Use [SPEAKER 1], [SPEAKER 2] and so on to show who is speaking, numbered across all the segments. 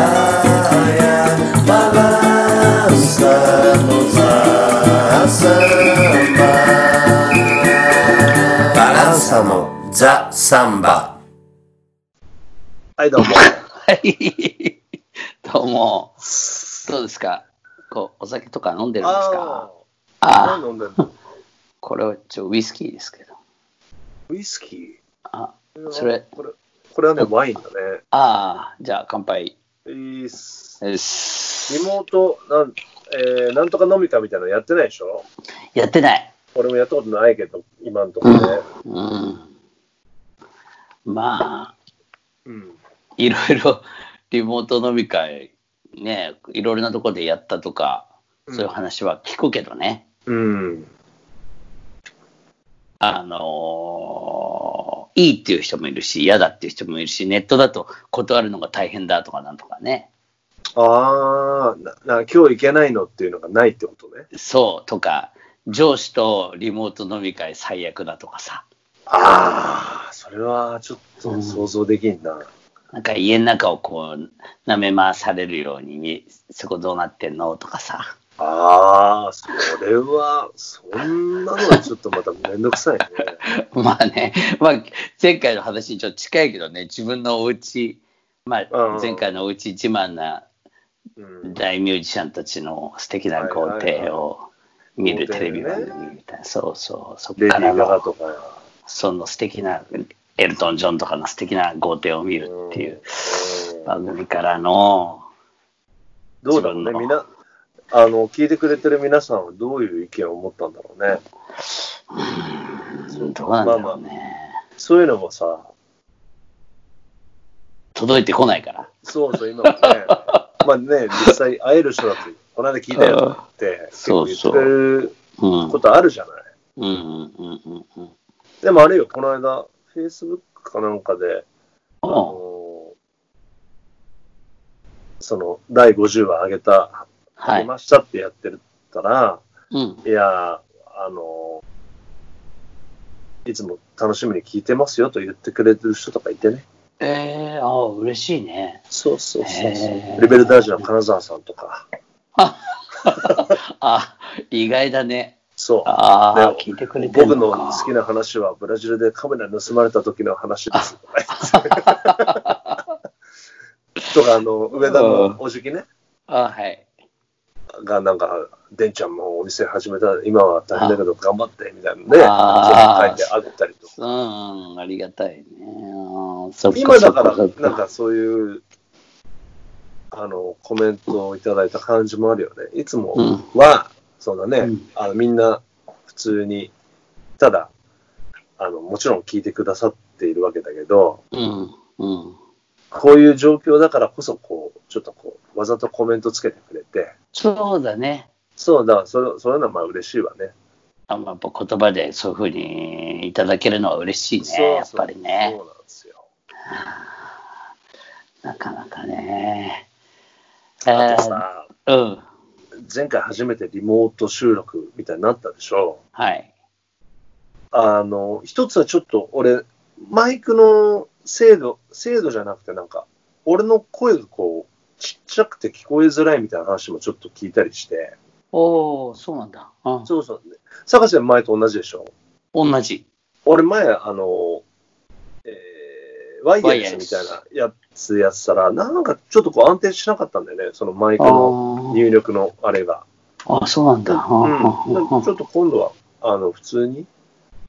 [SPEAKER 1] Laia balança-nos a samba バランサのザ・サンバ
[SPEAKER 2] はい、どう も。
[SPEAKER 3] はい。どうも。どうですかこう、お酒とか飲んでるんですかあ
[SPEAKER 2] あ
[SPEAKER 3] あ
[SPEAKER 2] ー、飲んでるの
[SPEAKER 3] これはちょ、ウイスキーですけど。
[SPEAKER 2] ウイスキ
[SPEAKER 3] あ
[SPEAKER 2] ー
[SPEAKER 3] それ
[SPEAKER 2] これ、これはね、ワインだね。
[SPEAKER 3] あー、じゃあ乾杯
[SPEAKER 2] いいっす。
[SPEAKER 3] です。
[SPEAKER 2] リモート、なん、えー、なんとか飲みかみたいなのやってないでしょ
[SPEAKER 3] やってない。
[SPEAKER 2] 俺もやったことないけど、今のところね。
[SPEAKER 3] うん。まあ、
[SPEAKER 2] うん。
[SPEAKER 3] いろいろ リモート飲み会、ね、いろいろなところでやったとか、そういう話は聞くけどね。
[SPEAKER 2] うん。
[SPEAKER 3] あのーいいっていう人もいるし、嫌だっていう人もいるし、ネットだと断るのが大変だとかなんとかね、
[SPEAKER 2] ああ、な、な今日行けないのっていうのがないってことね。
[SPEAKER 3] そうとか、上司とリモート飲み会最悪だとかさ、
[SPEAKER 2] ああ、それはちょっと想像できんな。
[SPEAKER 3] なんか家の中をこう、舐め回されるように、そこどうなってんのとかさ、
[SPEAKER 2] ああ、それは、そんなのはちょっとまためんどくさいね。
[SPEAKER 3] まあね、まあ、前回の話にちょっと近いけどね、自分のお家ま
[SPEAKER 2] う
[SPEAKER 3] あ
[SPEAKER 2] ん
[SPEAKER 3] 前回のお家自慢な
[SPEAKER 2] うん、
[SPEAKER 3] 大ミュージシャンたちの素敵な工程を見る
[SPEAKER 2] はい
[SPEAKER 3] テ
[SPEAKER 2] はいはい
[SPEAKER 3] レビ番組みたいな、そうそう、そこ
[SPEAKER 2] レデ
[SPEAKER 3] か
[SPEAKER 2] ィ
[SPEAKER 3] ら
[SPEAKER 2] ー・ガガ
[SPEAKER 3] の、
[SPEAKER 2] とかや。
[SPEAKER 3] その素敵な、エルトン・ジョンとかの素敵な豪邸を見るっていう
[SPEAKER 2] うん
[SPEAKER 3] 番組からの、
[SPEAKER 2] どうだろう
[SPEAKER 3] 自
[SPEAKER 2] ね、
[SPEAKER 3] 分
[SPEAKER 2] み
[SPEAKER 3] の
[SPEAKER 2] な、あの、聞いてくれてる皆さんはどういう意見を持ったんだろうね。
[SPEAKER 3] どうなんだろうね。
[SPEAKER 2] そういうのもさ、
[SPEAKER 3] 届いてこないから。
[SPEAKER 2] そうそう、 今もね、まあね、実際会える人だって、この間聞いたよって、
[SPEAKER 3] そう
[SPEAKER 2] 結構言ってる
[SPEAKER 3] うん。うん
[SPEAKER 2] ことあるじゃない。
[SPEAKER 3] うんうんうんうん。
[SPEAKER 2] でもあれよ、この間、Facebook かなんかで、あ
[SPEAKER 3] おう
[SPEAKER 2] のその、第50話上げた、あ
[SPEAKER 3] は
[SPEAKER 2] げ
[SPEAKER 3] い。
[SPEAKER 2] ましたってやってたら、
[SPEAKER 3] うん。
[SPEAKER 2] いやー、あのーいつも楽しみに聞いてますよと言ってくれてる人とかいてね。
[SPEAKER 3] えー、ああ、嬉しいね。
[SPEAKER 2] そうそうそうそう
[SPEAKER 3] へー
[SPEAKER 2] レベル大事な金沢さんとか。
[SPEAKER 3] あ、意外だね。
[SPEAKER 2] そう。
[SPEAKER 3] ああ、
[SPEAKER 2] で
[SPEAKER 3] 聞いてくれてる
[SPEAKER 2] 僕
[SPEAKER 3] の
[SPEAKER 2] の
[SPEAKER 3] か。
[SPEAKER 2] 好きな話はブラジルでカメラ盗まれた時の話です。 とか、あの、上田のおじきね、
[SPEAKER 3] あはい。
[SPEAKER 2] がなんか、でんちゃんもお店始めた、今は大変だけど頑張って、みたいなね、
[SPEAKER 3] あー
[SPEAKER 2] 書いてあったりとか。
[SPEAKER 3] うん、ありがたいね。あーそっ
[SPEAKER 2] 今だから
[SPEAKER 3] そっそっ、
[SPEAKER 2] なんかそういう、あの、コメントをいただいた感じもあるよね。いつも
[SPEAKER 3] うん
[SPEAKER 2] は、そうだね、
[SPEAKER 3] うん
[SPEAKER 2] あのみんな普通に、ただ、あの、もちろん聞いてくださっているわけだけど、
[SPEAKER 3] うん、うん。
[SPEAKER 2] こういう状況だからこそ、こう、ちょっとこう、わざとコメントつけてくれて、
[SPEAKER 3] そうだね。
[SPEAKER 2] そうだ、それそういうのはまあ嬉しいわね。
[SPEAKER 3] あまあ、やっぱ言葉でそういうふうにいただけるのは嬉しい
[SPEAKER 2] そうそう
[SPEAKER 3] ね、やっぱりね
[SPEAKER 2] そ。うなんですよ。
[SPEAKER 3] なかなかね。
[SPEAKER 2] あとさ、
[SPEAKER 3] えーうん、
[SPEAKER 2] 前回初めてリモート収録みたいになったでしょ。
[SPEAKER 3] はい。
[SPEAKER 2] あの、一つはちょっと俺、マイクの精度、精度じゃなくてなんか、俺の声がこう、ちっちゃくて聞こえづらいみたいな話もちょっと聞いたりして、
[SPEAKER 3] おお、そうなんだ。うん、
[SPEAKER 2] そうそう、坂瀬前と同じでしょ
[SPEAKER 3] 同じ。
[SPEAKER 2] 俺前、あの、えー、ワイヤレスみたいなやつやってたら、なんかちょっとこう安定しなかったんだよね、そのマイク
[SPEAKER 3] あ
[SPEAKER 2] の
[SPEAKER 3] ー
[SPEAKER 2] 入力のあれが。
[SPEAKER 3] あ、そうなんだ。
[SPEAKER 2] う
[SPEAKER 3] うん
[SPEAKER 2] ん、なんかち
[SPEAKER 3] う
[SPEAKER 2] ょっと今度は、あの、普通に、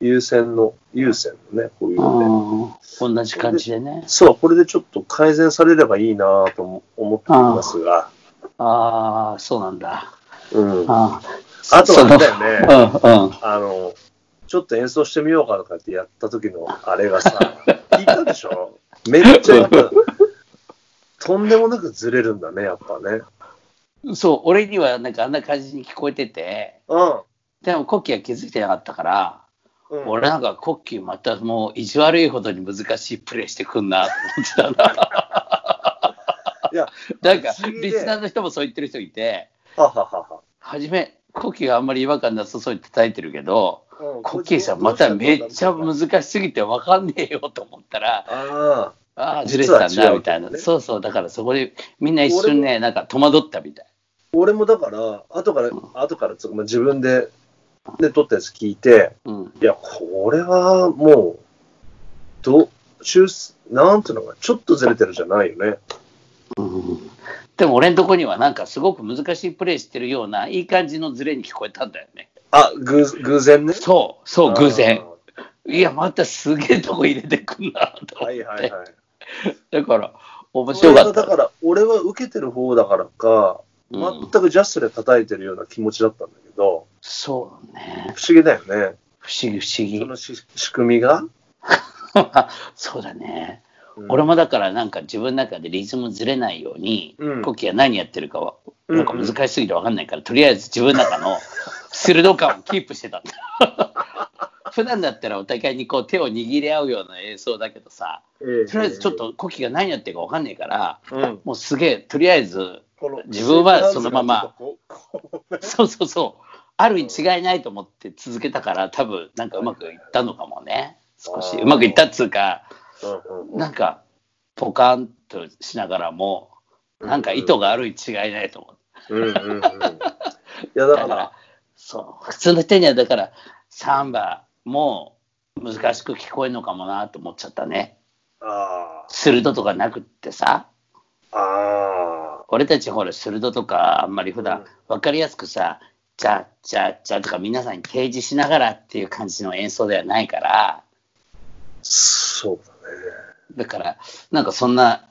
[SPEAKER 2] 有線の、有線のね、こういうので。
[SPEAKER 3] んうん同じ感じでね。
[SPEAKER 2] そう、これでちょっと改善されればいいなぁとも思っていますが、
[SPEAKER 3] ああ、そうなんだ。
[SPEAKER 2] うん、あ
[SPEAKER 3] あー
[SPEAKER 2] とはあれだよね、
[SPEAKER 3] そのうん、うん。
[SPEAKER 2] あの、ちょっと演奏してみようかとかってやった時のあれが さ、聞いたでしょめっちゃやっぱ、とんでもなくずれるんだね、やっぱね。
[SPEAKER 3] そう、俺にはなんかあんな感じに聞こえてて、でもコッキーは気づいてなかったか
[SPEAKER 2] う
[SPEAKER 3] ら、
[SPEAKER 2] ん。うん、
[SPEAKER 3] 俺なんかコッキーまたもう意地悪いほどに難しいプレーしてくんなと思ってたな。
[SPEAKER 2] いや、
[SPEAKER 3] なんか
[SPEAKER 2] 不思議で
[SPEAKER 3] リスナーの人もそう言ってる人いて、
[SPEAKER 2] ははは
[SPEAKER 3] はじめ、コッキーがあんまり違和感なさそうに叩いてるけど、
[SPEAKER 2] は。うん
[SPEAKER 3] コッキーさんまためっちゃ難しすぎてわかんねえよと思ったら、
[SPEAKER 2] ああ、
[SPEAKER 3] ああ、ずれてたん
[SPEAKER 2] 実は違
[SPEAKER 3] だ、
[SPEAKER 2] う
[SPEAKER 3] みたいな。
[SPEAKER 2] けどね
[SPEAKER 3] そうそう、だからそこで、みんな一瞬ね、なんか戸惑ったみたい。
[SPEAKER 2] 俺もだから、後から、後からつうか、まあ自分で、で、撮ったやつ聞いて、
[SPEAKER 3] うん。
[SPEAKER 2] いや、これはもう、ど、修正なんていうのか、ちょっとずれてるじゃないよね。
[SPEAKER 3] うんでも俺のとこにはなんかすごく難しいプレーしてるような、いい感じのズレに聞こえたんだよね。
[SPEAKER 2] あ、偶偶然ね。
[SPEAKER 3] そう、そう、偶然。
[SPEAKER 2] あ
[SPEAKER 3] いや、またすげえとこ入れてくんな、と
[SPEAKER 2] ー。
[SPEAKER 3] 思っ
[SPEAKER 2] はいは
[SPEAKER 3] て。
[SPEAKER 2] いはい。
[SPEAKER 3] だから、面白か
[SPEAKER 2] だ
[SPEAKER 3] った。
[SPEAKER 2] から、俺は受けてる方だからか、
[SPEAKER 3] うん
[SPEAKER 2] 全くジャストで叩いてるような気持ちだったんだけど、
[SPEAKER 3] そうね。
[SPEAKER 2] 不思議だよね。
[SPEAKER 3] 不思議、不思議
[SPEAKER 2] そ。のし仕組みが。
[SPEAKER 3] そうだね。
[SPEAKER 2] うん
[SPEAKER 3] 俺もだからなんか自分の中でリズムずれないように、
[SPEAKER 2] うん
[SPEAKER 3] コキは何やってるかは、
[SPEAKER 2] うん
[SPEAKER 3] なんか難しすぎて分かんないから、とりあえず自分の中の鋭感をキープしてたんだ。 普段だったらお互いにこう手を握り合うような演奏だけどさ、
[SPEAKER 2] ええ
[SPEAKER 3] とりあえずちょっ、とコキが何やってるか分かんないから、
[SPEAKER 2] うん
[SPEAKER 3] もうすげえ、とりあえず、
[SPEAKER 2] この
[SPEAKER 3] 自分はそのまま
[SPEAKER 2] ここ
[SPEAKER 3] そうそうそう、あるに違いないと思って続けたから、多分なんかうまくいったのかもね、少し。
[SPEAKER 2] あー
[SPEAKER 3] うまくいったっつうか、
[SPEAKER 2] うんうん
[SPEAKER 3] なんか、ポカンとしながらも、なんか意図があるに違いないと思って。
[SPEAKER 2] うんうんうんいやだか
[SPEAKER 3] だから
[SPEAKER 2] ら、
[SPEAKER 3] そう、普通の人にはだから、サンバも難しく聞こえるのかもなと思っちゃったね。
[SPEAKER 2] あ
[SPEAKER 3] 鋭とかなくってさ、
[SPEAKER 2] あ、あ
[SPEAKER 3] 俺たちほら、鋭とかあんまり
[SPEAKER 2] う
[SPEAKER 3] 普
[SPEAKER 2] ん
[SPEAKER 3] 段分かりやすくさ、じゃじゃじゃとか皆さんに提示しながらっていう感じの演奏ではないか
[SPEAKER 2] あ、
[SPEAKER 3] ら、
[SPEAKER 2] そうだね。
[SPEAKER 3] だから、なんかそんな、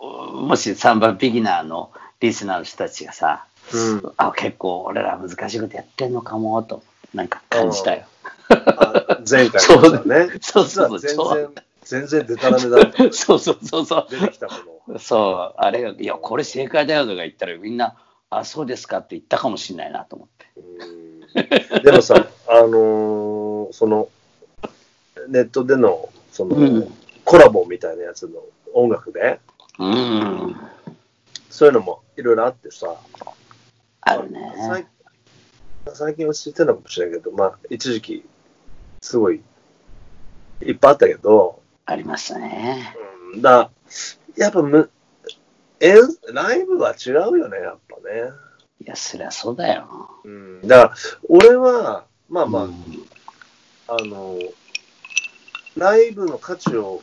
[SPEAKER 3] うもしサンバビギナーのリスナーの人たちがさ、
[SPEAKER 2] うん
[SPEAKER 3] あ、結構俺ら難しいことやってんのかもと、なんか感じたよ。
[SPEAKER 2] あ前回そうだね。
[SPEAKER 3] そうそうそう
[SPEAKER 2] 実は全然、全然デタラメだった。
[SPEAKER 3] そうそうそうそう。
[SPEAKER 2] 出てきたも
[SPEAKER 3] そう、あれが、いや、これ正解だよとか言ったら、みんな、あ、そうですかって言ったかもしれないなと思って。
[SPEAKER 2] の。うんでもさ、あのーその、ネットでの、その、
[SPEAKER 3] うん
[SPEAKER 2] コラボみたいなやつの音楽で、
[SPEAKER 3] うん、
[SPEAKER 2] そういうのもいろいろあってさ、
[SPEAKER 3] ある
[SPEAKER 2] さい
[SPEAKER 3] ね。
[SPEAKER 2] 最近落ち着いてるのかもしれないけど、まあ、一時期、すごい、いっぱいあったけど、
[SPEAKER 3] ありましたね。
[SPEAKER 2] うん、だやっぱむ、えんライブは違うよね、やっぱね。
[SPEAKER 3] いや、そりゃそうだよ。
[SPEAKER 2] うん、だから、俺は、まあまあ、
[SPEAKER 3] うん
[SPEAKER 2] あの、ライブの価値を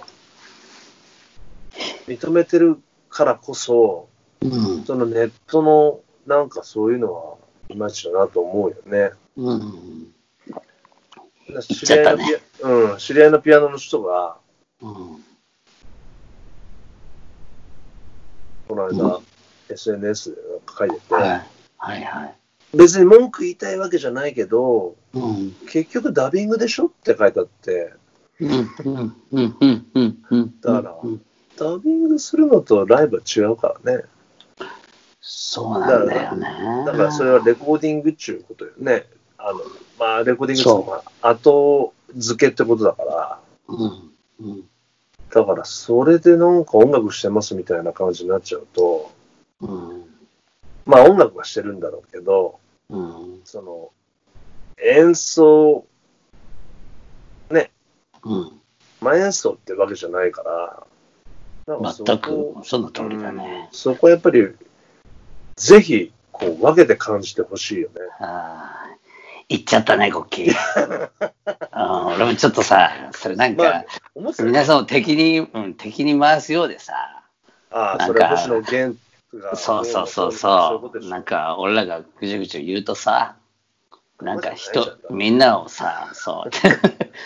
[SPEAKER 2] 認めてるからこそ、
[SPEAKER 3] うん、
[SPEAKER 2] そのネットのなんかそういうのは、いまいちだなと思うよね。
[SPEAKER 3] うん、
[SPEAKER 2] 知
[SPEAKER 3] ちゃった
[SPEAKER 2] の
[SPEAKER 3] ね
[SPEAKER 2] ピア、うん、知り合いのピアノの人が、
[SPEAKER 3] うん、
[SPEAKER 2] この間、SNS でなんか書いてて、
[SPEAKER 3] はい、はい、はい。
[SPEAKER 2] 別に文句言いたいわけじゃないけど、
[SPEAKER 3] うん、
[SPEAKER 2] 結局ダビングでしょって書いてあって、
[SPEAKER 3] うん、うん、うん、うん、うん、うん。
[SPEAKER 2] だから
[SPEAKER 3] うん
[SPEAKER 2] ダビングするのとライブは違うからね。
[SPEAKER 3] そうなんだよね。
[SPEAKER 2] だからそれはレコーディングっちゅうことよね。あの、まあ、レコーディングっつうかまあ後付けってことだから、
[SPEAKER 3] うん、うん、
[SPEAKER 2] だからそれでなんか音楽してますみたいな感じになっちゃうと、
[SPEAKER 3] うん、
[SPEAKER 2] まあ音楽はしてるんだろうけど、
[SPEAKER 3] うん、
[SPEAKER 2] その、演奏、
[SPEAKER 3] うん。
[SPEAKER 2] 前演奏ってわけじゃないから、なんかそこ
[SPEAKER 3] 全く、その通りだね。
[SPEAKER 2] そこはやっぱり、ぜひ、こう、分けて感じてほしいよね。
[SPEAKER 3] ああ、行っちゃったね、ゴッキー。 あー俺もちょっとさ、それなんか、
[SPEAKER 2] まあ思ってた
[SPEAKER 3] 皆さんを敵に、うん、敵に回すようでさ、
[SPEAKER 2] ああ、
[SPEAKER 3] な
[SPEAKER 2] そ
[SPEAKER 3] ん
[SPEAKER 2] れ
[SPEAKER 3] か
[SPEAKER 2] 星野源が。
[SPEAKER 3] そうそうそう
[SPEAKER 2] そういうこ
[SPEAKER 3] そ
[SPEAKER 2] とで
[SPEAKER 3] う、
[SPEAKER 2] しょ
[SPEAKER 3] なんか俺らがぐちゅぐちゅ言うとさ、なんか
[SPEAKER 2] ごめんなさい、
[SPEAKER 3] 人みんなをさ、そう、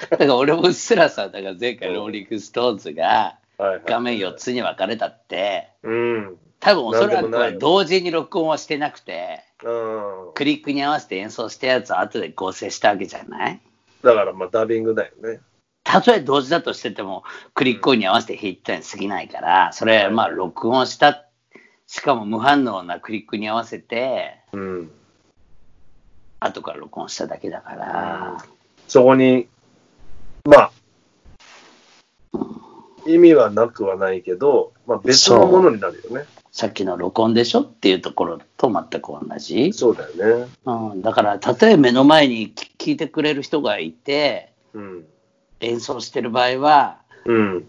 [SPEAKER 3] だから俺もうっすらさ、だから前回ローリングストーンズが
[SPEAKER 2] はいはい
[SPEAKER 3] 画面4つに分かれたって、
[SPEAKER 2] うん。
[SPEAKER 3] 多分おそらく
[SPEAKER 2] なんでもな
[SPEAKER 3] はい
[SPEAKER 2] よ
[SPEAKER 3] 同時に録音はしてなくて、
[SPEAKER 2] うん。
[SPEAKER 3] クリックに合わせて演奏したやつを後で合成したわけじゃない
[SPEAKER 2] だから、まあ、ダビングだよね。
[SPEAKER 3] たとえ同時だとしてても、クリック音に合わせて弾いたに過ぎないから、それ、まあ、録音した、しかも無反応なクリックに合わせて、
[SPEAKER 2] うん。
[SPEAKER 3] 後から録音しただけだから、
[SPEAKER 2] そこに、まあ、意味はなくはないけど、まあ、別のものになるよね。
[SPEAKER 3] さっきの録音でしょっていうところと全く同じ。
[SPEAKER 2] そうだよね。
[SPEAKER 3] うん、だから、たとえ目の前に聞聞いてくれる人がいて、
[SPEAKER 2] うん。
[SPEAKER 3] 演奏してる場合は、
[SPEAKER 2] うん。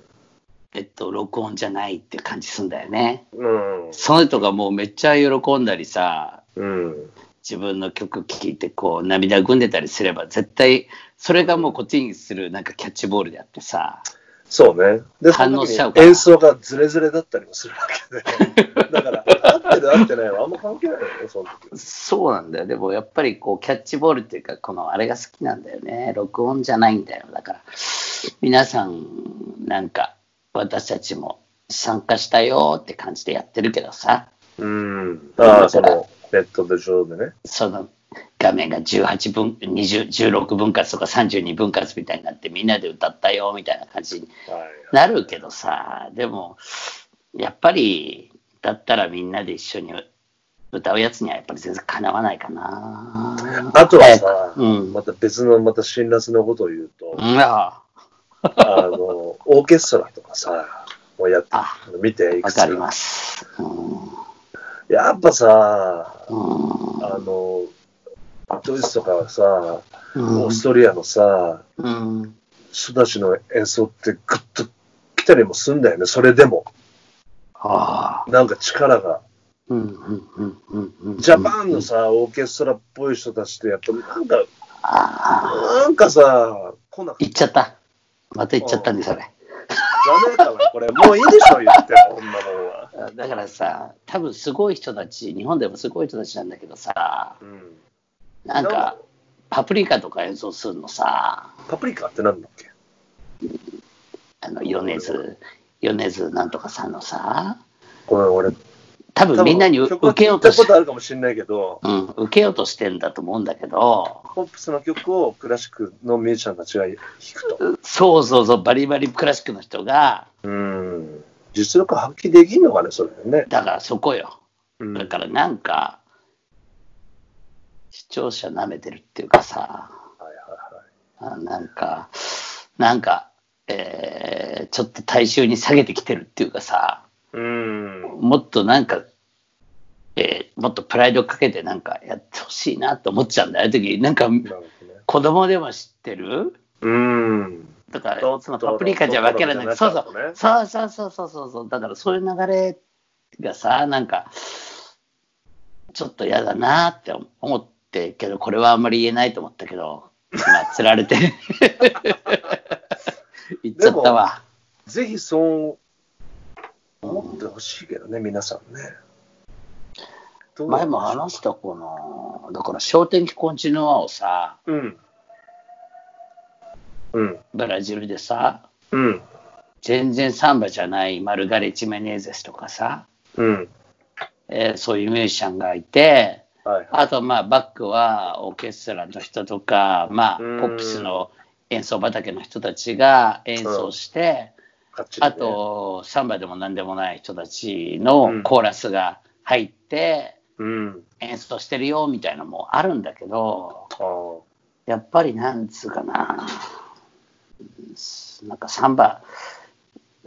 [SPEAKER 3] えっと、録音じゃないって感じすんだよね。
[SPEAKER 2] うん。
[SPEAKER 3] その人がもうめっちゃ喜んだりさ、
[SPEAKER 2] うん。
[SPEAKER 3] 自分の曲聴いてこう涙ぐんでたりすれば絶対それがもうこっちにするなんかキャッチボールであってさ
[SPEAKER 2] そうね。で、そ
[SPEAKER 3] 反
[SPEAKER 2] の
[SPEAKER 3] 応しちゃう
[SPEAKER 2] 時
[SPEAKER 3] から
[SPEAKER 2] 演奏がズレズレだったりもするわけで。だから、合ってる合ってないはあんま関係ないよね、その時。
[SPEAKER 3] そうなんだよでもやっぱりこうキャッチボールっていうかこのあれが好きなんだよね録音じゃないんだよだから皆さんなんか私たちも参加したよって感じでやってるけどさ
[SPEAKER 2] うん。ああ、その、ネットで上でね。
[SPEAKER 3] その画面が18分20 16分割とか32分割みたいになってみんなで歌ったよみたいな感じに
[SPEAKER 2] はい。
[SPEAKER 3] なるけどさでもやっぱりだったらみんなで一緒に歌うやつにはやっぱり全然かなわないかな
[SPEAKER 2] あとはさ、
[SPEAKER 3] うん
[SPEAKER 2] また別の、また辛辣なことを言うと、
[SPEAKER 3] うんあ
[SPEAKER 2] あの、オーケストラとかさ、もうやって
[SPEAKER 3] あ、
[SPEAKER 2] 見て、い
[SPEAKER 3] わ
[SPEAKER 2] くつ
[SPEAKER 3] かり
[SPEAKER 2] か。
[SPEAKER 3] ますうん
[SPEAKER 2] やっぱさ、
[SPEAKER 3] うん
[SPEAKER 2] あの、ドイツとかさ、
[SPEAKER 3] うん
[SPEAKER 2] オーストリアのさ、
[SPEAKER 3] うん
[SPEAKER 2] 人たちの演奏ってグッと来たりもすんだよね、それでも。
[SPEAKER 3] ああ
[SPEAKER 2] なんか力が。
[SPEAKER 3] うんうんうんうんうん
[SPEAKER 2] ジャパンのさ、オーケストラっぽい人たちってやっぱなんか、
[SPEAKER 3] ああ
[SPEAKER 2] なんかさ、来なくて。
[SPEAKER 3] 行っちゃったまた行っちゃったんでそれ
[SPEAKER 2] ダメだな、これ。もういいでしょ、言って、こんなもんは。
[SPEAKER 3] だからさ多分すごい人たち日本でもすごい人たちなんだけどさ
[SPEAKER 2] うん。
[SPEAKER 3] なんかパプリカとか演奏するのさ
[SPEAKER 2] パプリカってなんだっけ
[SPEAKER 3] あの、米津、米津なんとかさんのさ、
[SPEAKER 2] ごめん、俺。
[SPEAKER 3] 多分みんなに受
[SPEAKER 2] 曲は
[SPEAKER 3] けようと
[SPEAKER 2] 聞いた
[SPEAKER 3] し
[SPEAKER 2] ことあるかもしれないけど、
[SPEAKER 3] うん、受けようとしてんだと思うんだけど、
[SPEAKER 2] ポップスの曲をクラシックのミュージシャンたちが弾くと。
[SPEAKER 3] そうそうそう、バリバリクラシックの人が、
[SPEAKER 2] うん。実力発揮できんのかね、それね。
[SPEAKER 3] だからそこよ。
[SPEAKER 2] うん
[SPEAKER 3] だからなんか、視聴者舐めてるっていうかさ、
[SPEAKER 2] はいはいはい。
[SPEAKER 3] あなんか、なんか、えーちょっと大衆に下げてきてるっていうかさ、
[SPEAKER 2] うん。
[SPEAKER 3] もっとなんか、えーもっとプライドかけてなんかやってほしいなと思っちゃうんだよ。ああいう時なんか
[SPEAKER 2] なるほどね。
[SPEAKER 3] 子供でも知ってる
[SPEAKER 2] うん。
[SPEAKER 3] とか
[SPEAKER 2] ト、
[SPEAKER 3] そのパプリカじゃ分からない。
[SPEAKER 2] ト
[SPEAKER 3] そ
[SPEAKER 2] ロ
[SPEAKER 3] う
[SPEAKER 2] トロ
[SPEAKER 3] そう。そうそうそうそうそうそう。だからそういう流れがさ、なんか、ちょっと嫌だなって思ってけど、これはあんまり言えないと思ったけど、今、つられ て。言っちゃったわ。
[SPEAKER 2] ぜひそう思ってほしいけどね、皆さんね。どう
[SPEAKER 3] 前も話したこの、だから、商店機コンチュアをさ、
[SPEAKER 2] うん。うん。
[SPEAKER 3] ブラジルでさ、
[SPEAKER 2] うん。
[SPEAKER 3] 全然サンバじゃないマルガレッチ・メネーゼスとかさ、
[SPEAKER 2] うん。
[SPEAKER 3] えーそういうミュージシャンがいて、
[SPEAKER 2] はい。
[SPEAKER 3] あとまあバックはオーケストラの人とか、まあ、ポ
[SPEAKER 2] うん
[SPEAKER 3] ップスの演奏畑の人たちが演奏して、
[SPEAKER 2] かっちりね
[SPEAKER 3] あ、とサンバでも何でもない人たちのコーラスが入って
[SPEAKER 2] うん。
[SPEAKER 3] 演奏してるよみたいなのもあるんだけど、
[SPEAKER 2] ああ。
[SPEAKER 3] やっぱりなんつうかな、なんかサンバ、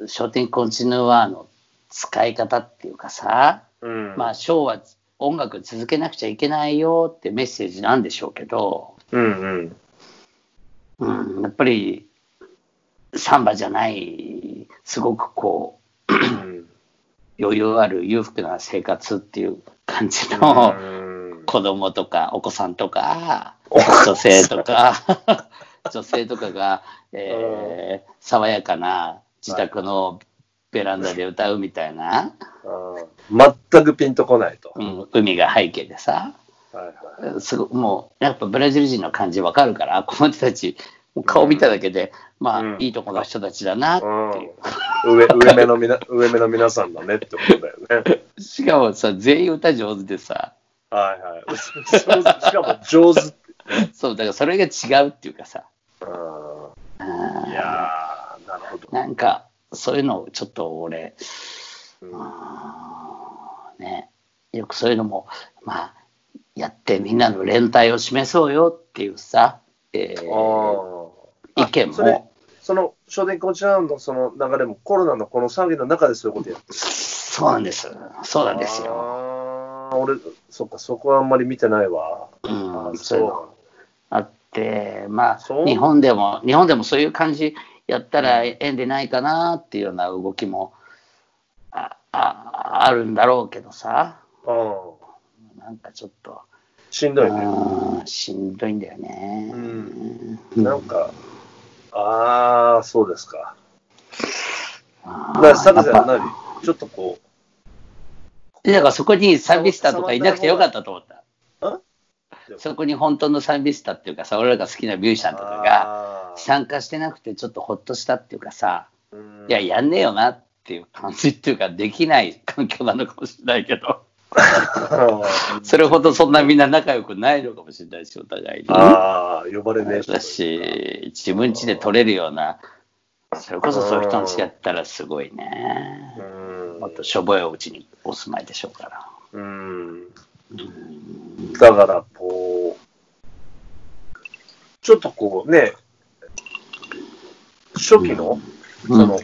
[SPEAKER 3] ショーティンコンチヌアの使い方っていうかさ、
[SPEAKER 2] うん。
[SPEAKER 3] まあ、ショーは音楽続けなくちゃいけないよってメッセージなんでしょうけど、
[SPEAKER 2] うんうん。
[SPEAKER 3] うん、やっぱりサンバじゃないすごくこう
[SPEAKER 2] うん
[SPEAKER 3] 余裕ある裕福な生活っていう感じの
[SPEAKER 2] うん
[SPEAKER 3] 子供とかお子さんとか女性とか 女性とかが、えー爽やかな自宅のベランダで歌うみたいな、
[SPEAKER 2] ああ全くピンとこないと。
[SPEAKER 3] うん、海が背景でさ。
[SPEAKER 2] はいはい。
[SPEAKER 3] すごもうやっぱブラジル人の感じわかるからこの人たちもう顔見ただけで、まあ、
[SPEAKER 2] うん
[SPEAKER 3] いいとこの人たちだなっていう、
[SPEAKER 2] うん、上上目のみな上目の皆さんだねってことだよね。
[SPEAKER 3] しかもさ全員歌上手でさ
[SPEAKER 2] はいはい。しかも上手って。
[SPEAKER 3] そうだからそれが違うっていうかさ
[SPEAKER 2] うん
[SPEAKER 3] うん
[SPEAKER 2] いやー、なるほど。
[SPEAKER 3] なんかそういうのをちょっと俺
[SPEAKER 2] うん
[SPEAKER 3] うんねよくそういうのもまあやってみんなの連帯を示そうよっていうさ、えー
[SPEAKER 2] あー
[SPEAKER 3] 意見
[SPEAKER 2] それ
[SPEAKER 3] も
[SPEAKER 2] その商店コンチランのその流れもコロナのこの騒ぎの中でそういうことやって
[SPEAKER 3] そうなんですそうなんですよ、
[SPEAKER 2] よ。俺、そっか、そこはあんまり見てないわ。
[SPEAKER 3] うん、
[SPEAKER 2] あ
[SPEAKER 3] そういうのあって、まあ
[SPEAKER 2] そ、う
[SPEAKER 3] 日本でも、日本でもそういう感じやったら縁でないかなっていうような動きもあああるんだろうけどさ、
[SPEAKER 2] うん。
[SPEAKER 3] なんかちょっと、
[SPEAKER 2] しんどいね。
[SPEAKER 3] うんしんどいんだよね。
[SPEAKER 2] うんなんか、ああ、そうですか。な、サブさん、なにちょっとこ
[SPEAKER 3] でだからそこにサービスタとかいなくてよかったと思った。
[SPEAKER 2] う、
[SPEAKER 3] そこに本当のサービスタっていうかさ、俺らが好きなミュージシャンとかが
[SPEAKER 2] あー
[SPEAKER 3] 参加してなくてちょっとほっとしたっていうかさ、
[SPEAKER 2] うん
[SPEAKER 3] いや、やんねえよなっていう感じっていうか、できない環境なのかもしれないけど、それほどそんなみんな仲良くないのかもしれないし、お互いに。
[SPEAKER 2] ああ、呼ばれねえ人
[SPEAKER 3] だし、自分家で取れるような、それこそそういう人の家やったらすごいね。
[SPEAKER 2] うん
[SPEAKER 3] もっとしょぼいお家にお住まいでしょうから。
[SPEAKER 2] うん。だから、こう、ちょっとこうね、初期の、その、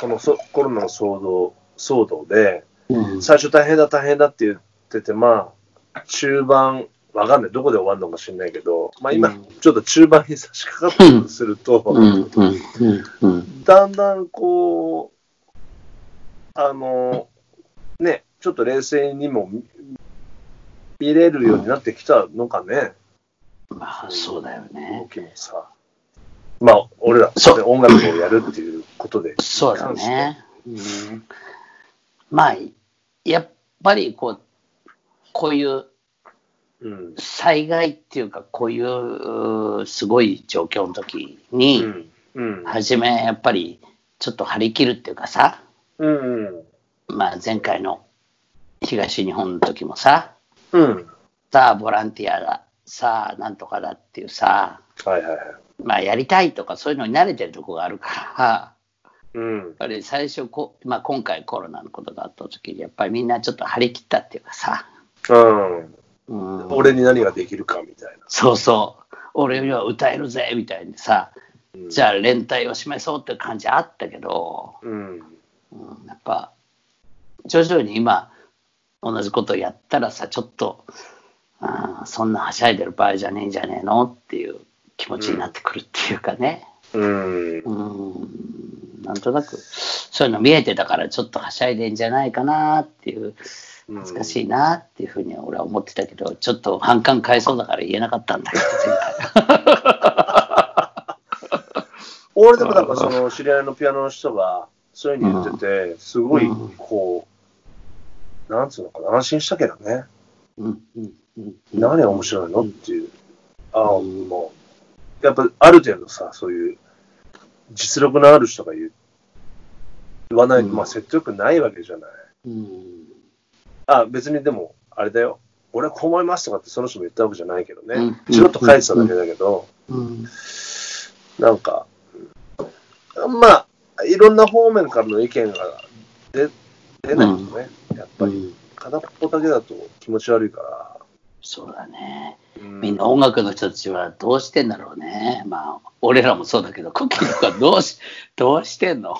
[SPEAKER 2] このそコロナの騒動、騒動で、
[SPEAKER 3] うん
[SPEAKER 2] 最初大変だ大変だって言ってて、まあ、中盤、わかんない、どこで終わるのか知んないけど、まあ今、
[SPEAKER 3] うん
[SPEAKER 2] ちょっと中盤に差し掛かったとすると、
[SPEAKER 3] うんうんうんうん
[SPEAKER 2] だんだんこう、あの、ね、ちょっと冷静にも見見れるようになってきたのかね、
[SPEAKER 3] まあそうだよ
[SPEAKER 2] 動
[SPEAKER 3] ね。
[SPEAKER 2] きもさ。まあ、俺ら、
[SPEAKER 3] そう
[SPEAKER 2] 音楽をやるっていうことで。
[SPEAKER 3] そうだね。うんまあやっぱりこうこういう
[SPEAKER 2] うん。
[SPEAKER 3] 災害っていうかこういううすごい状況の時
[SPEAKER 2] う
[SPEAKER 3] に、
[SPEAKER 2] ん。うん。
[SPEAKER 3] 初めやっぱりちょっと張り切るっていうかさ、
[SPEAKER 2] うん。うん
[SPEAKER 3] まあ、前回の東日本の時もさ
[SPEAKER 2] うん。
[SPEAKER 3] さあボランティアださあなんとかだっていうさ
[SPEAKER 2] はいはいはい。
[SPEAKER 3] まあやりたいとかそういうのに慣れてるとこがあるから。
[SPEAKER 2] うん。
[SPEAKER 3] やっぱり最初こ、まあ、今回コロナのことがあった時にやっぱりみんなちょっと張り切ったっていうかさ、
[SPEAKER 2] うん。
[SPEAKER 3] うん、
[SPEAKER 2] 俺に何ができるかみたい
[SPEAKER 3] そうそう俺には歌えるぜみたいにさ
[SPEAKER 2] な。うん
[SPEAKER 3] じゃあ連帯を示そうって感じあったけど、
[SPEAKER 2] うん。
[SPEAKER 3] うん、やっぱ徐々に今同じことやったらさちょっと、うん、そんなはしゃいでる場合じゃねえんじゃねえのっていう気持ちになってくるっていうかね、
[SPEAKER 2] うん。
[SPEAKER 3] うん、なんとなくそういうの見えてたからちょっとはしゃいでんじゃないかなっていう。
[SPEAKER 2] うん
[SPEAKER 3] 難しいなっていうふうに俺は思ってたけど、ちょっと反感買えそうだから言えなかったんだけど、前回
[SPEAKER 2] 俺でもなんかその知り合いのピアノの人がそういうふうに言ってて、すごいこう、なんつうのかな、安心したけどね、
[SPEAKER 3] うんうんうん
[SPEAKER 2] 何が面白いのっていう、ああ、
[SPEAKER 3] うん
[SPEAKER 2] もう、やっぱある程度さ、そういう実力のある人が言う言わないと、
[SPEAKER 3] うん
[SPEAKER 2] まあ説得力ないわけじゃない。
[SPEAKER 3] うん
[SPEAKER 2] あ別にでも、あれだよ、俺はこう思いますとかってその人も言ったわけじゃないけど
[SPEAKER 3] う
[SPEAKER 2] ね
[SPEAKER 3] ん、
[SPEAKER 2] ちょっと返しただけだけど、
[SPEAKER 3] うん
[SPEAKER 2] なんか、まあ、いろんな方面からの意見が出出ないとね、やっぱり片っぽだけだと気持ち悪いか
[SPEAKER 3] そうだね。
[SPEAKER 2] ら、うん
[SPEAKER 3] みんな音楽の人たちはどうしてんだろうね。まあ、俺らもそうだけど、コッキーとかどう し、どうしてんの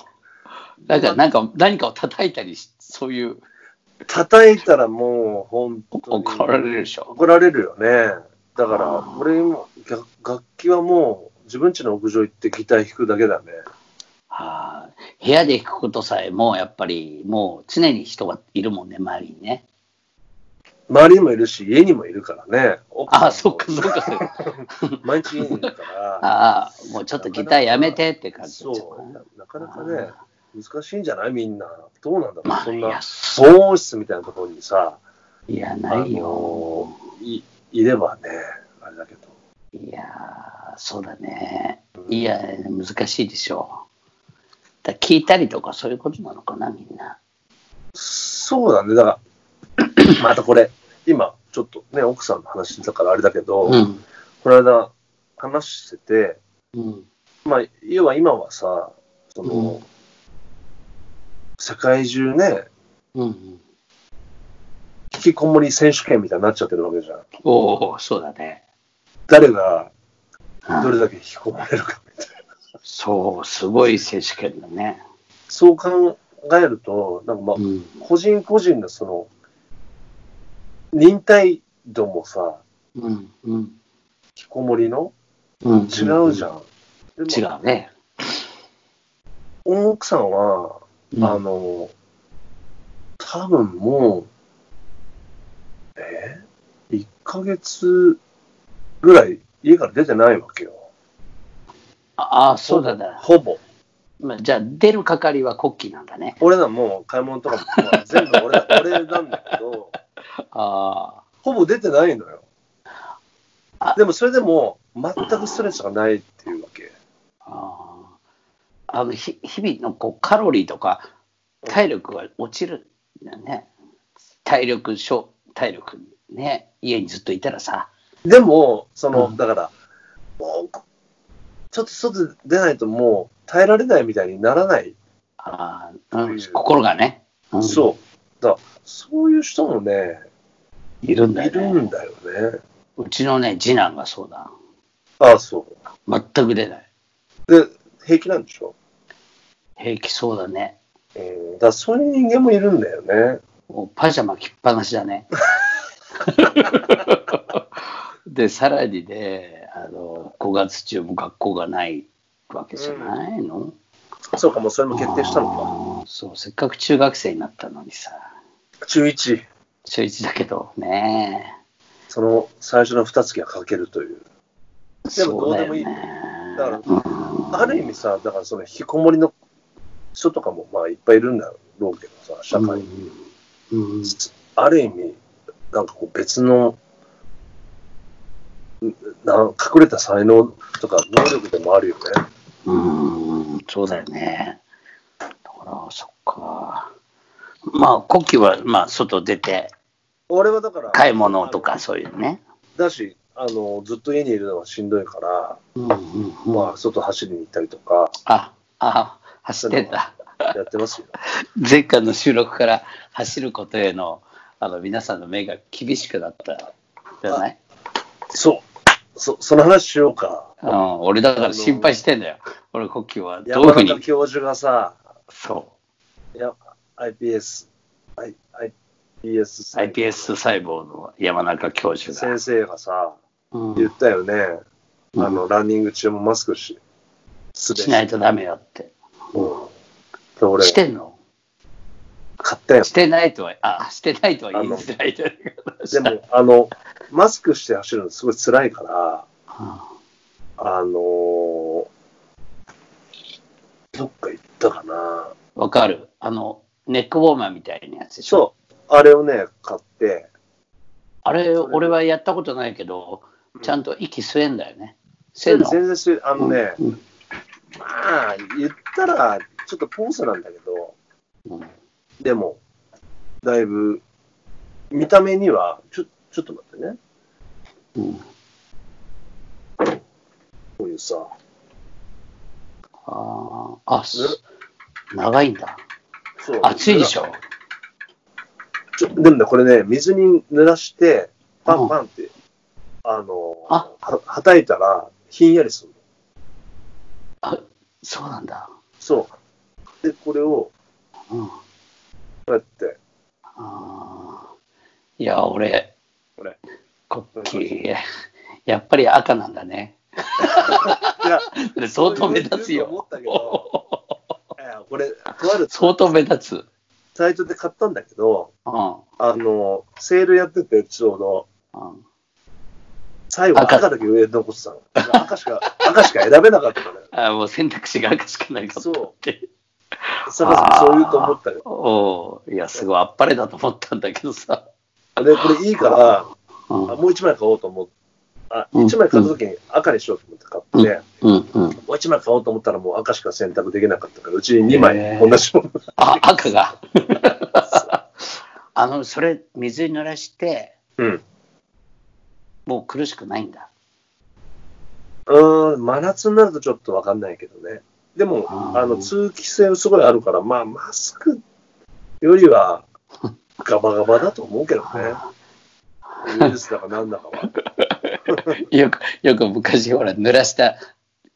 [SPEAKER 3] なんか、なんか、何かを叩いたりし、そういう、
[SPEAKER 2] 叩いたらもう本当に
[SPEAKER 3] 怒られるでしょ。
[SPEAKER 2] 怒られるよね。だか
[SPEAKER 3] あ
[SPEAKER 2] ら
[SPEAKER 3] ー
[SPEAKER 2] 俺今楽楽器はもう自分家の屋上行ってギター弾くだけだね。
[SPEAKER 3] あー部屋で弾くことさえも、やっぱり、もう常に人がいるもんね、周りにね。
[SPEAKER 2] 周りにもいるし家にもいるからね。奥さん
[SPEAKER 3] あ
[SPEAKER 2] も
[SPEAKER 3] あ、そっか、そっか、そっか。
[SPEAKER 2] 毎日家にいるから。
[SPEAKER 3] ああ、もうちょっとギターやめてって感じだっちゃ
[SPEAKER 2] そうう
[SPEAKER 3] な
[SPEAKER 2] な、なかなかね、難しいんじゃないみんな。どうなんだろう、
[SPEAKER 3] まあ
[SPEAKER 2] そん
[SPEAKER 3] いや
[SPEAKER 2] な、防音室みたいなところにさ、
[SPEAKER 3] いや、ないよ。
[SPEAKER 2] いいればね、あれだけど。
[SPEAKER 3] いやー、そうだね。いや、難しいでしょう。だ聞いたりとかそういうことなのかな、みんな。
[SPEAKER 2] そうだね、だから、 またこれ、今、ちょっとね、奥さんの話だからあれだけど、
[SPEAKER 3] うん。
[SPEAKER 2] この間、話してて、
[SPEAKER 3] うん。
[SPEAKER 2] まあ、要は今はさ、その、
[SPEAKER 3] うん
[SPEAKER 2] 世界中ね、
[SPEAKER 3] うん。
[SPEAKER 2] 引きこもり選手権みたいになっちゃってるわけじゃん。
[SPEAKER 3] おお、そうだね。
[SPEAKER 2] 誰がど
[SPEAKER 3] う
[SPEAKER 2] れ
[SPEAKER 3] ん
[SPEAKER 2] だけ引きこもれるかみたいな。
[SPEAKER 3] そう、すごい選手権だね。
[SPEAKER 2] そう考えると、なんかまあ
[SPEAKER 3] う、ん。
[SPEAKER 2] 個人個人のその、忍耐度もさ、
[SPEAKER 3] うん。うん。
[SPEAKER 2] 引きこもりの
[SPEAKER 3] うん。
[SPEAKER 2] 違うじゃん。で
[SPEAKER 3] 違
[SPEAKER 2] も
[SPEAKER 3] うね。
[SPEAKER 2] この奥さんは、
[SPEAKER 3] うん
[SPEAKER 2] あの、多分もう、え ?1 ヶ月ぐらい家から出てないわけよ。
[SPEAKER 3] ああ、そうだだ。
[SPEAKER 2] ほぼ。
[SPEAKER 3] まあじゃあ、出る係は国旗なんだね。
[SPEAKER 2] 俺らもう買い物とかもまあ全部俺ら俺なんだけど、
[SPEAKER 3] あ
[SPEAKER 2] ほぼ出てないのよ
[SPEAKER 3] あ。
[SPEAKER 2] でもそれでも全くストレスがないっていうわけ。
[SPEAKER 3] あああ。あのひ日々のこうカロリーとか、体力が落ちるんだね。体力、消体力、ね。家にずっといたらさ。
[SPEAKER 2] でも、その、
[SPEAKER 3] うん
[SPEAKER 2] だから、もう、ちょっと外出ないともう耐えられないみたいにならない。
[SPEAKER 3] ああ、う
[SPEAKER 2] うんん、
[SPEAKER 3] 心がね。うん
[SPEAKER 2] そう。だそういう人もね、
[SPEAKER 3] いるんだ
[SPEAKER 2] い
[SPEAKER 3] よ
[SPEAKER 2] る
[SPEAKER 3] ね。
[SPEAKER 2] んだよね。
[SPEAKER 3] うちのね、次男がそうだ。
[SPEAKER 2] ああ、そ
[SPEAKER 3] 全く出ない。
[SPEAKER 2] う。で、平気なんでしょ、
[SPEAKER 3] 平気そうだね。
[SPEAKER 2] うん、だからそういう人間もいるんだよね。
[SPEAKER 3] もうパジャマ着っぱなしだね。 で、さらにね、あの、5月中も学校がないわけじゃないの、
[SPEAKER 2] そうか、もうそれも決定したの
[SPEAKER 3] あーそう、せっかく中学生になったのにさ、
[SPEAKER 2] か。中1、
[SPEAKER 3] 中1だけどね。
[SPEAKER 2] その最初の2月が欠けるという。でもどうでもいい
[SPEAKER 3] そうだよね
[SPEAKER 2] だから
[SPEAKER 3] うん
[SPEAKER 2] ある意味さ、だからその引きこもりの人とかもまあいっぱいいるんだろうけどさ、社会に。
[SPEAKER 3] うんうん
[SPEAKER 2] ある意味、なんかこう別の、んなん隠れた才能とか能力でもあるよね。
[SPEAKER 3] うーん、そうだよね。だから、そっか。まあ、国旗は、まあ、外出て、
[SPEAKER 2] 俺はだから、
[SPEAKER 3] 買い物とか、そういうね。
[SPEAKER 2] だし、あの、ずっと家にいるのはしんどいから、
[SPEAKER 3] うんうんうん
[SPEAKER 2] まあ、外走りに行ったりとか、
[SPEAKER 3] あ、あ、走ってんだ。
[SPEAKER 2] やってますよ。
[SPEAKER 3] 前回の収録から走ることへの、あの、皆さんの目が厳しくなったじゃない
[SPEAKER 2] そう。そ、その話しようか。
[SPEAKER 3] うん、俺だから心配してんだよ。俺、国旗はどういう
[SPEAKER 2] 山
[SPEAKER 3] ふう
[SPEAKER 2] 中
[SPEAKER 3] に。
[SPEAKER 2] 教授がさ、
[SPEAKER 3] そ
[SPEAKER 2] いや iPS、I、iPS
[SPEAKER 3] う。
[SPEAKER 2] 細胞
[SPEAKER 3] iPS 細胞の山中教授が
[SPEAKER 2] 先。生がさ、
[SPEAKER 3] うん
[SPEAKER 2] 言ったよね。
[SPEAKER 3] うん
[SPEAKER 2] あの、ランニング中もマスクし、す
[SPEAKER 3] しないとダメよって。
[SPEAKER 2] うんで俺、
[SPEAKER 3] してんの
[SPEAKER 2] 買ったよ
[SPEAKER 3] し。てないとは、あ、してないとは言い
[SPEAKER 2] あの
[SPEAKER 3] づらいという
[SPEAKER 2] でも、あの、マスクして走るのすごい辛いから、
[SPEAKER 3] か。
[SPEAKER 2] あのーどっか行ったかな。
[SPEAKER 3] わかる。あの、ネックウォーマーみたいなやつでしょ。
[SPEAKER 2] そう、あれをね、買って、
[SPEAKER 3] あれ、
[SPEAKER 2] それ
[SPEAKER 3] 俺はやったことないけど、ちゃんと息吸えんだよね。吸えんの
[SPEAKER 2] 全然し、あのね、
[SPEAKER 3] うん
[SPEAKER 2] まあ、言ったら、ちょっとポーズなんだけど、
[SPEAKER 3] うん
[SPEAKER 2] でも、だいぶ、見た目には、ちょ、ちょっと待ってね。
[SPEAKER 3] うん
[SPEAKER 2] こういうさ、
[SPEAKER 3] あーあ、す長いんだ。
[SPEAKER 2] そう
[SPEAKER 3] 暑いでしょ。
[SPEAKER 2] ちょでもね、これね、水に濡らして、パンパンって、あの
[SPEAKER 3] あ
[SPEAKER 2] は、はたいたら、ひんやりするの。
[SPEAKER 3] あそうなんだ。
[SPEAKER 2] そう。で、これを、
[SPEAKER 3] うん、
[SPEAKER 2] こうやって、
[SPEAKER 3] あーいや、俺、
[SPEAKER 2] これ。
[SPEAKER 3] 国旗、やっぱり赤なんだね。
[SPEAKER 2] いや、
[SPEAKER 3] 相当目立つ
[SPEAKER 2] そう言うと思
[SPEAKER 3] よ
[SPEAKER 2] っ。たけ ど、いやこれ、とある
[SPEAKER 3] 相当目立つ。うん。
[SPEAKER 2] サイトで買ったんだけど、
[SPEAKER 3] う
[SPEAKER 2] あの、セールやってて、ちょうど、
[SPEAKER 3] ん、
[SPEAKER 2] 最後
[SPEAKER 3] 赤
[SPEAKER 2] 赤だけ上に残ってたの。赤しか、赤しか選べなかったのよ。
[SPEAKER 3] あーもう選択肢が赤しかないかったって。
[SPEAKER 2] 坂田さん、そう言うと思ったけど。
[SPEAKER 3] おーいや、すごいあっぱれだと思ったんだけどさ。
[SPEAKER 2] で、これいいから、
[SPEAKER 3] うん
[SPEAKER 2] あもう一枚買おうと思って、あ、
[SPEAKER 3] うん
[SPEAKER 2] 一枚買った時に赤にしようと思って買って、
[SPEAKER 3] うんうん、
[SPEAKER 2] もう一枚買おうと思ったらもう赤しか選択できなかったから、うちに2枚
[SPEAKER 3] へー
[SPEAKER 2] 同じものが。
[SPEAKER 3] あ赤が。 あのそれ、水に濡らして、
[SPEAKER 2] うん。
[SPEAKER 3] もう苦しくないんだ。
[SPEAKER 2] うーん、真夏になるとちょっとわかんないけどね。でも、
[SPEAKER 3] あー
[SPEAKER 2] あの、通気性すごいあるから、まあ、マスクよりは、ガバガバだと思うけどね。ウイルスだかなんだかは。
[SPEAKER 3] よくよく昔、ほら、濡らした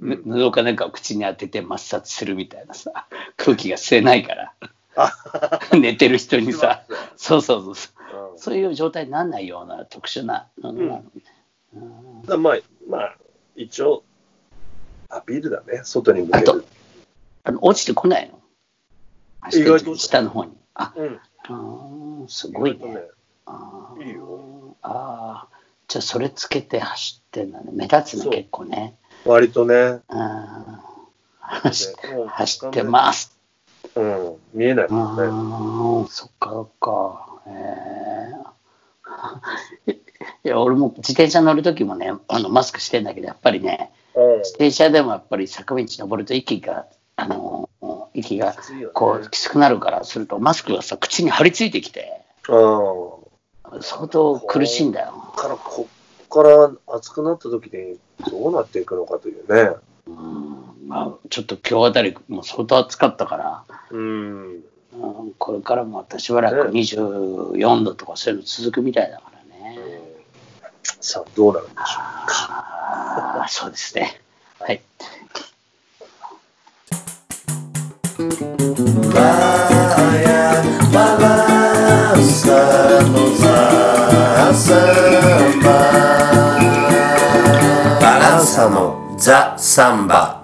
[SPEAKER 3] ぬ布かなんかを口に当てて抹殺するみたいなさ、空気が吸えないから、 寝てる人に さ、そうそうそうそう、
[SPEAKER 2] うん
[SPEAKER 3] そういう状態にならないような特殊なのなのね。うん
[SPEAKER 2] だからまあ、まあ、一応、アピールだね、外に向け
[SPEAKER 3] あと
[SPEAKER 2] る。
[SPEAKER 3] あの落ちてこないの
[SPEAKER 2] 意外と
[SPEAKER 3] 下の方に。あ、
[SPEAKER 2] うん。
[SPEAKER 3] あーす
[SPEAKER 2] 意
[SPEAKER 3] ごい
[SPEAKER 2] 外と
[SPEAKER 3] ね。
[SPEAKER 2] ね。
[SPEAKER 3] あー
[SPEAKER 2] いいよ
[SPEAKER 3] あーじゃあそれつけて走ってんだね。目立つ
[SPEAKER 2] そ
[SPEAKER 3] ね、
[SPEAKER 2] う
[SPEAKER 3] 結構ね。
[SPEAKER 2] 割とね。
[SPEAKER 3] あー走っ
[SPEAKER 2] もう
[SPEAKER 3] 走ってます。
[SPEAKER 2] うん。見えないもんね。
[SPEAKER 3] ああ、そっかそっか。えーいや、俺も自転車乗る時もね、あのマスクしてんだけど、やっぱりね、
[SPEAKER 2] うん。
[SPEAKER 3] 自転車でもやっぱり坂道登ると息が、あの、息が
[SPEAKER 2] きついよね
[SPEAKER 3] こう、きつくなるからすると、マスクがさ、口に張り付いてきて、
[SPEAKER 2] うん。
[SPEAKER 3] 相当苦しいんだよ。
[SPEAKER 2] からこっから暑くなった時にどうなっていくのかというね。
[SPEAKER 3] うん、まあ、ちょっと今日あたり、もう相当暑かったから、
[SPEAKER 2] うん。
[SPEAKER 3] うん、これからもまたしばらく
[SPEAKER 2] ね
[SPEAKER 3] 24度とかそういうの続くみたいだからね。
[SPEAKER 2] さあ、どうなるんでしょ
[SPEAKER 3] あーそうですね。はい。
[SPEAKER 1] Vaya, balanzanos a samba. Balanzano, za samba.